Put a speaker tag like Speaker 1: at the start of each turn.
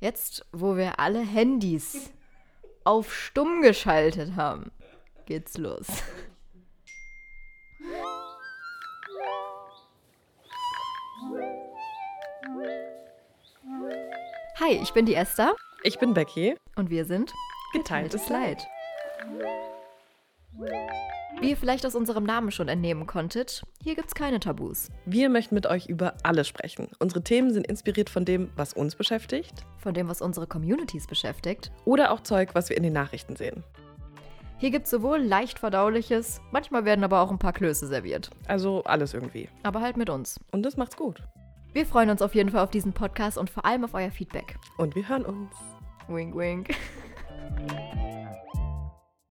Speaker 1: Jetzt, wo wir alle Handys auf stumm geschaltet haben, geht's los. Hi, ich bin die Esther
Speaker 2: Ich bin Becky.
Speaker 1: und wir sind
Speaker 2: Geteiltes Leid.
Speaker 1: Leid. Wie ihr vielleicht aus unserem Namen schon entnehmen konntet, hier gibt's keine Tabus.
Speaker 2: Wir möchten mit euch über alles sprechen. Unsere Themen sind inspiriert von dem, was uns beschäftigt
Speaker 1: Von dem, was unsere Communities beschäftigt,
Speaker 2: oder auch Zeug, was wir in den Nachrichten sehen.
Speaker 1: Hier gibt es sowohl leicht verdauliches, manchmal werden aber auch ein paar Klöße serviert.
Speaker 2: Also alles irgendwie.
Speaker 1: Aber halt mit uns.
Speaker 2: Und das macht's gut.
Speaker 1: Wir freuen uns auf jeden Fall auf diesen Podcast und vor allem auf euer Feedback.
Speaker 2: Und wir hören uns.
Speaker 1: Wink, wink.